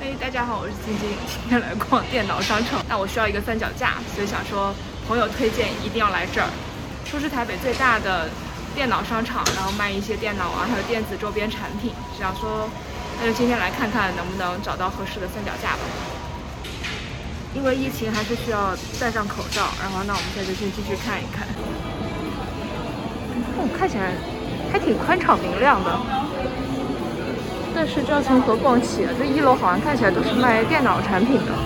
哎大家好，我是晶晶，今天来逛电脑商城。那我需要一个三脚架，所以想说朋友推荐一定要来这儿，说是台北最大的电脑商场，然后卖一些电脑啊，还有电子周边产品。想说，那就今天来看看能不能找到合适的三脚架吧。因为疫情还是需要戴上口罩，然后那我们现在就先进去看一看。哦，看起来还挺宽敞明亮的。但是这要从何逛起啊？这一楼好像看起来都是卖电脑产品的。哦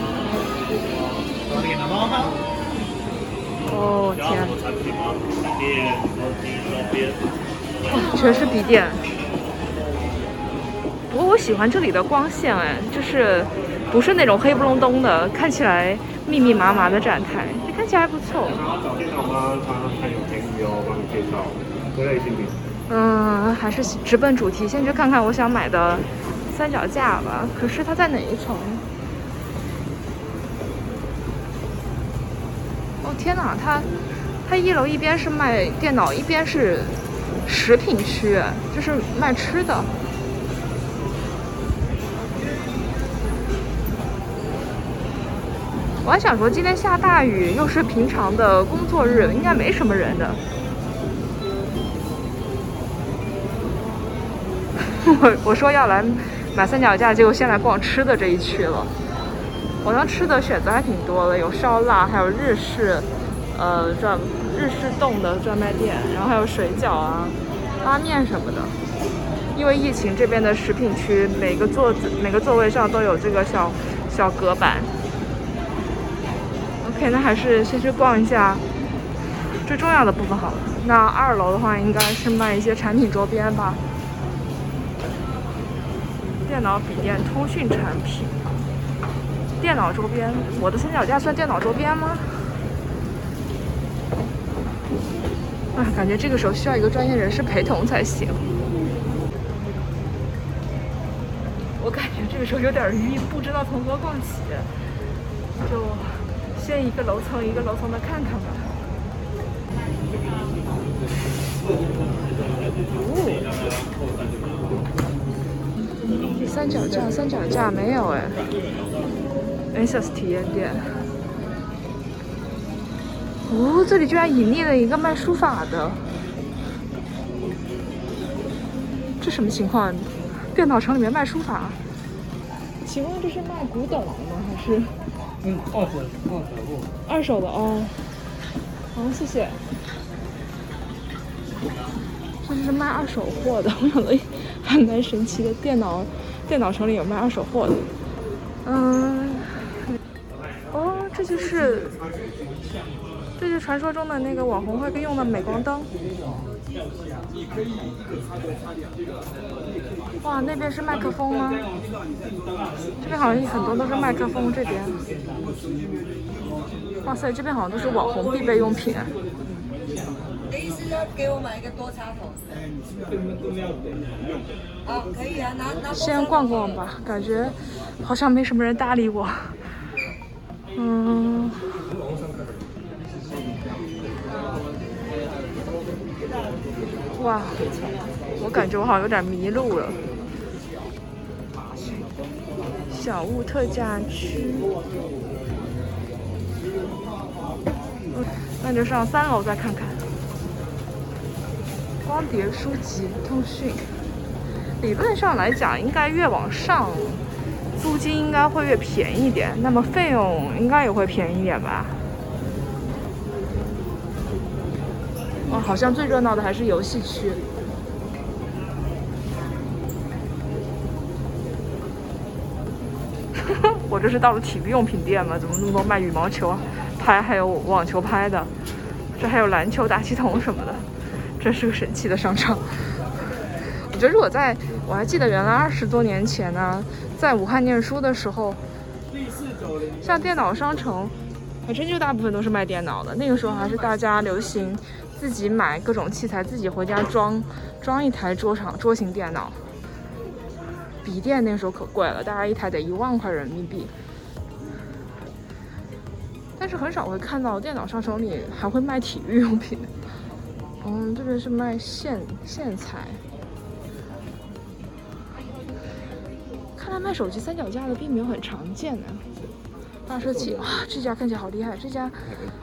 天，产品吗？笔电、手机、周边。哇全是笔电。不过我喜欢这里的光线，哎，就是不是那种黑不隆咚的，看起来密密麻麻的展台，哎看起来还不错。然后找电脑吗？他还有 NGO 帮你介绍各类新品。嗯，还是直奔主题，先去看看我想买的三脚架吧。可是它在哪一层？哦天哪，它它一楼一边是卖电脑，一边是食品区，就是卖吃的。我还想说，今天下大雨，又是平常的工作日，应该没什么人的。我 我说要来买三脚架，结果先来逛吃的这一区了。好像吃的选择还挺多的，有烧腊，还有日式，呃，专日式冻的专卖店，然后还有水饺啊、拉面什么的。因为疫情，这边的食品区每个座子每个座位上都有这个小小隔板。OK，那还是先去逛一下最重要的部分好了。那二楼的话，应该是卖一些产品周边吧。电脑、笔电、通讯产品、电脑周边。我的三脚架算电脑周边吗？啊，感觉这个时候需要一个专业人士陪同才行。我感觉这个时候有点晕，不知道从何逛起，就先一个楼层一个楼层的看看吧。哦，三脚架，三脚架没有哎。ASUS 体验店。哦，这里居然隐匿了一个卖书法的，这什么情况？电脑城里面卖书法？请问这是卖古董的吗？还是嗯，二手二手货。二手的哦？好，谢谢。这是卖二手货的，我想到还蛮神奇的，电脑电脑城里有卖二手货的。嗯，哦，这就是这就是传说中的那个网红会用的镁光灯。哇，那边是麦克风吗？这边好像很多都是麦克风，这边。哇塞，这边好像都是网红必备用品。你的意思要给我买一个多插头？好，可以啊，拿拿。先逛逛。吧，感觉好像没什么人搭理我。嗯。哇，我感觉我好像有点迷路了。小物特价区。嗯那就上三楼再看看。光碟、书籍、通讯。理论上来讲，应该越往上，租金应该会越便宜点，那么费用应该也会便宜一点吧。哇，哦好像最热闹的还是游戏区。 我这是到了体育用品店吗？怎么那么多卖羽毛球啊拍，还有网球拍的？这还有篮球打气筒什么的，真是个神奇的商场。我觉得如果在，我还记得原来二十多年前呢，在武汉念书的时候，像电脑商城，还真就大部分都是卖电脑的。那个时候还是大家流行自己买各种器材，自己回家装装一台桌上桌型电脑。笔电那时候可贵了，大概一台得一万块人民币。但是很少会看到电脑商城里还会卖体育用品。嗯，这边是卖线线材。看看来卖手机三脚架的并没有很常见呢。大设计哇，这家看起来好厉害！这家，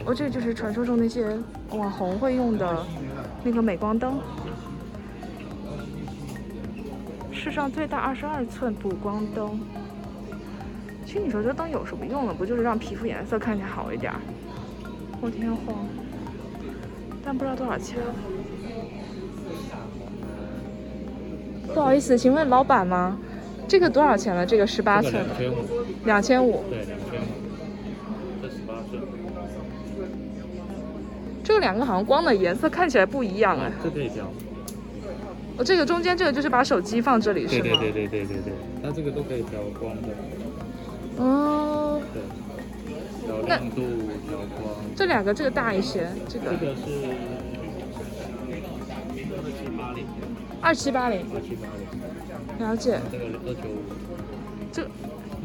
哦，这就是传说中那些网红会用的那个镁光灯。世上最大二十二寸补光灯。其实你说这灯有什么用呢？不就是让皮肤颜色看起来好一点儿？我天荒！但不知道多少钱。不好意思，请问老板吗？这个多少钱了？这个十八寸的，千五，两千五。对，两千五，这十八寸，这两个好像光的颜色看起来不一样哎。这可以调，我这个中间这个就是把手机放这里是对吗？对对对对对对，它这个都可以调光的，哦，对，调亮度、调光，这两个这个大一些，这这个个是二七八零，二七八零，二七八零，了解。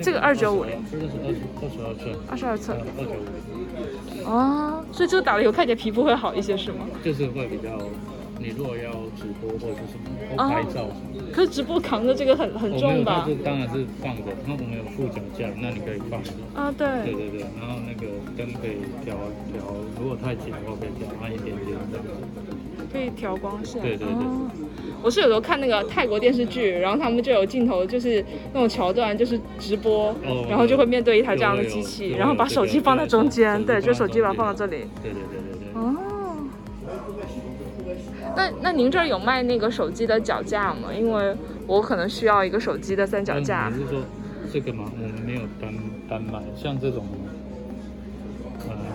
这个二九五，这个这个295，这个是二十二十二寸，二十二寸二九五，嗯哦，所以这个打了以后看起来皮肤会好一些是吗？就是会比较，你如果要直播或者是什么啊拍照。可是直播扛着这个很哦很我哦没重有，它吧是？当然是放着，那我们有副脚架，那你可以放。啊，对对，对对，然后那个灯可以调啊调，如果太紧的话可以调慢一点点。可以调光线。对对对哦我是有时候看那个泰国电视剧，然后他们就有镜头，就是那种桥段，就是直播，哦然后就会面对一台这样的有有机有器，有然后把有这手个机放在对中间，对，对就手机手机把它放到放到这里。对对对对对。哦，那那您这儿有卖那个手机的脚架吗？因为我可能需要一个手机的三脚架你。是说这个吗？我们没有单单买，像这种吗？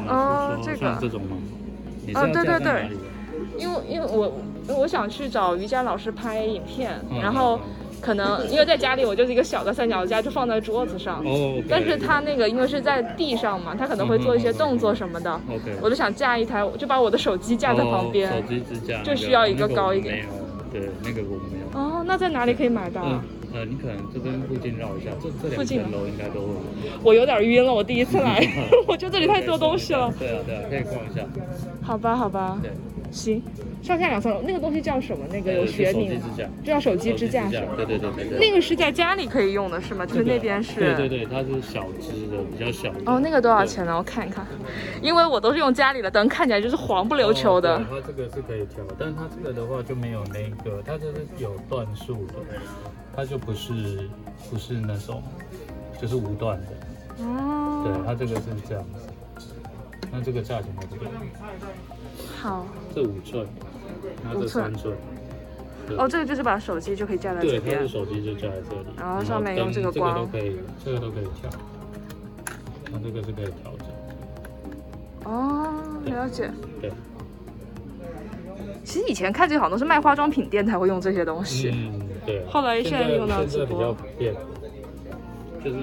呃，哦你这是个说像这种吗？你是哦要对架对在对哪里的因为因为我因为我想去找瑜伽老师拍影片，嗯然后嗯可能因为在家里我就是一个小的三脚架，就放在桌子上。哦，OK 但是它那个因为是在地上嘛，它可能会做一些动作什么的。 OK，我就想架一台，我就把我的手机架在旁边。嗯哦手机支架那个就需要一个高一点。那个我们没有，对，那个我们没有。哦，那在哪里可以买到啊？嗯，呃，你可能这边附近绕一下，这附这两近层楼应该都会。我有点晕了，我第一次来，嗯我觉得这里太多东西了。对啊，对啊，可以逛一下。好吧，好吧。对，行，上下两层楼，那个东西叫什么？那个有呃是学手名机吗支架，就叫手机手支机架架是吧？，对对对对对。那个个是在家里可以用的是吗？就是那边是。对对对，它是小只的，比较小的。哦，那个多少钱呢？我看一看，因为我都是用家里的灯，看起来就是黄不对？溜秋的。哦对它这个是可以调，但是它这个的话就没有那个，它这是有段数的，它就不是不是那种，就是无段的。对哦，，它这个是这样子。那这个价钱还不对，好。这五寸，那五这寸三寸。对哦，这个就是把手机就可以架在对，这它边是。手机就架在这里，然后上面用灯这这个光个都可以，这个都可以调，它这个是可以调整，哦，了解。 对，其实以前看这个好像都是卖化妆品店才会用这些东西。嗯，对。后来现在用到直现在比播较普遍，就是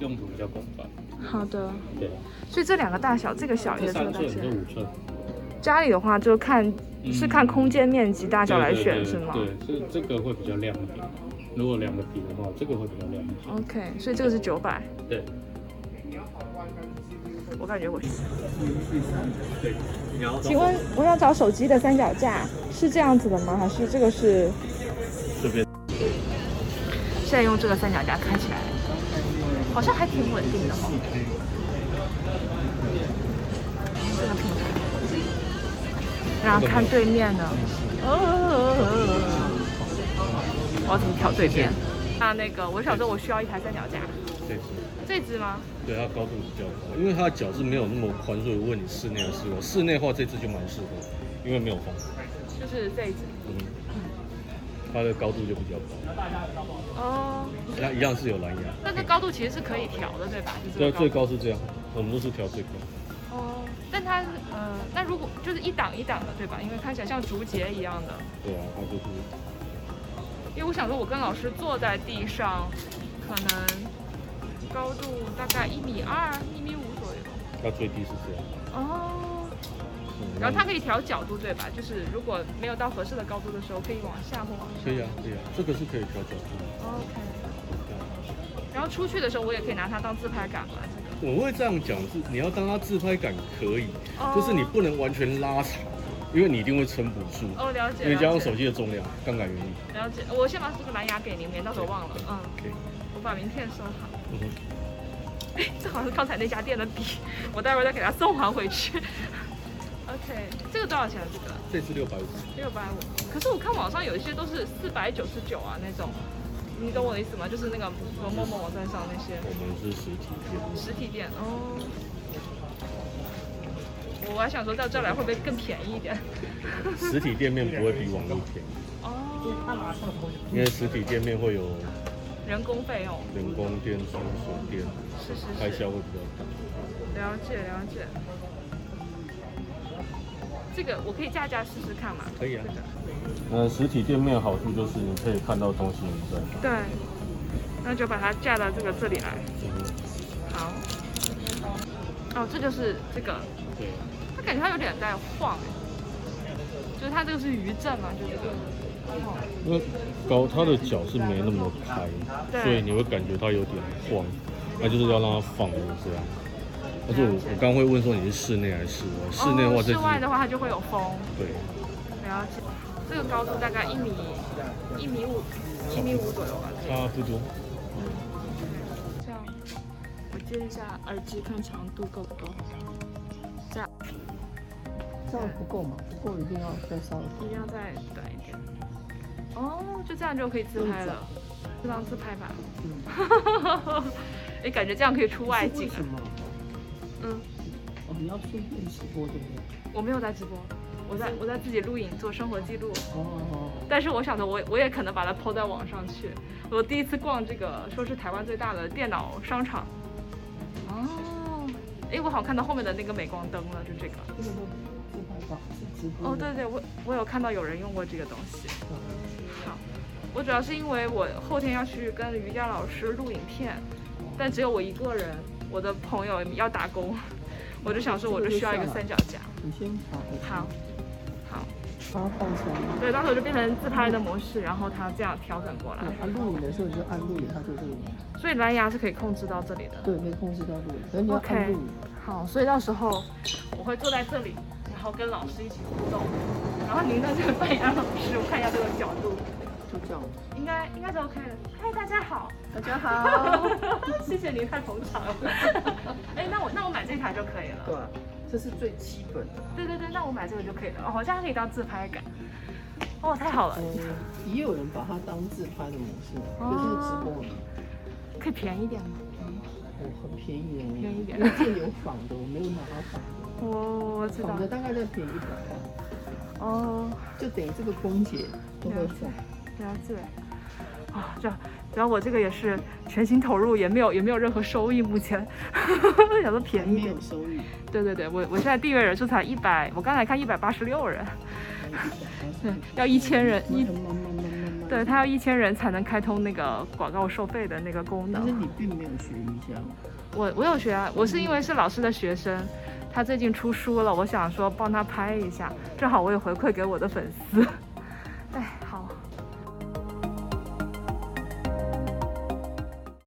用途比较广泛，好的，对。啊所以这两个大小，这个小一嗯个，这这个三大寸，小这。五寸，家里的话就看嗯是看空间面积大小来对对选对是吗对，是这个会比较亮一点，如果两个比的话，这个会比较亮一点， ？OK，所以这个是九百，对。我感觉我是。你要请问我想找手机的三脚架是这样子的吗？还是这个是？这边现在用这个三脚架看起来好像还挺稳定的哈、哦。这个平台，然后看对面的，哦，我要怎么调对面？啊，那个我想说，我需要一台三脚架，对，这只吗？对，它高度比较高，因为它的脚是没有那么宽，所以我问你室内还是室外。室内的话，这只就蛮适合，因为没有风，就是这只。嗯，它的高度就比较高。哦，它一样是有蓝牙，那这高度其实是可以调的，对吧？就这对，个最度。高是这样，我们都是调最高。哦，但它是呃，那如果就是一档一档的，对吧？因为看起来像竹节一样的。对啊，它就是因为我想说，我跟老师坐在地上，可能高度大概一米二、一米五左右。它最低是这样。哦，嗯然后它可以调角度，对吧？就是如果没有到合适的高度的时候，可以往下或往上。可以啊，可以啊，这个是可以调角度的。 OK。对啊然后出去的时候，我也可以拿它当自拍杆嘛。这我会这样讲是，你要当它自拍杆可以，哦就是你不能完全拉长，个因为你一定会撑不住，哦，了解。因为加上手机。机的重量、杠杆原理。了解，我先把这个蓝牙给您，免到时候忘了。嗯， OK，我把名片收好。嗯哼哎，这好像是刚才那家店的笔，我待会儿再给他送还回去。OK，这个多少钱啊？这个这次六百五，六百五。可是我看网上有一些都是四百九十九啊那种，你懂我的意思吗？就是那个某某网站上那些。我们是实体店，实体店哦。我还想说到这儿来会不会更便宜一点？实体店面不会比网络便宜，哦，因为实体店面会有人工费用人工电商、水电是是开是，销会比较大。了解了解。这个我可以价价试试看嘛？可以啊这个那实体店面好处就是你可以看到东西你在哪。对，那就把它架到这个这里来。嗯好。哦，这就是这个，对，它感觉它有点在晃，就是它这个是余震嘛，就这个。哦，因为高它的脚是没那么开，对所以你会感觉它有点晃，那就是要让它放着这样。但是我我刚会问说你是室内还是室外？室内的话哦这室外的只话它就会有风。对，了解，这个高度大概一米一米五一米五左右吧。这个差不多。这样，我接一下耳机看长度够不够。这样这样不够嘛？不够一定要再稍微。一定要再短一点。哦，就这样就可以自拍了，就当自拍吧。 嗯，哎，感觉这样可以出外景啊是为什。么？嗯，哦，你要顺便直播对不对？我没有在直播，我在我在自己录影做生活记录。哦，但是我想着我我也可能把它抛在网上去。我第一次逛这个，说是台湾最大的电脑商场。哦，哎，我好像看到后面的那个镁光灯了，就这个。这个都自拍照是直播。哦，对对，我我有看到有人用过这个东西。好，我主要是因为我后天要去跟瑜伽老师录影片，但只有我一个人，我的朋友要打工，我就想说我就需要一个三脚架。你先把它好，好，把它放出来嘛。对，到时候就变成自拍的模式，然后它这样调整过来。对，它录影的时候你就按录影，它就录影。所以蓝牙是可以控制到这里的。对，可以控制到录影，可是你要 OK 按录影。好，所以到时候我会坐在这里，然后跟老师一起互动，然后您呢就是扮演老师，我看一下这个角度，就这样。应该应该是 OK 的。嗨，大家好，大家好。 谢谢您太捧场 了。哎，那我那我买这台就可以对啊了。，这是最基本的。对对对，那我买这个就可以了。哦，这样可以当自拍感。哦，太好了，嗯，也有人把它当自拍的模式，哦就是直播嘛。可以便宜点吗？我很便宜的，便宜啊一点因为这里有仿的，我没有拿到仿 的，我哦我知道仿的。大概在便宜一百块，哦，就等于这个空姐都会放。了解。啊，这主要我这个也是全心投入，也没有也没有任何收益，目前 想说还便宜啊没点有。收益，对对对，我我现在订阅人数才一百，我刚才看一百八十六人，对，要一千人一慢，慢慢慢慢慢。对，他要一千人才能开通那个广告收费的那个功但是能。你并没有学瑜伽嘛，我我有学啊，我是因为是老师的学生，他最近出书了，我想说帮他拍一下，正好我也回馈给我的粉丝， 哎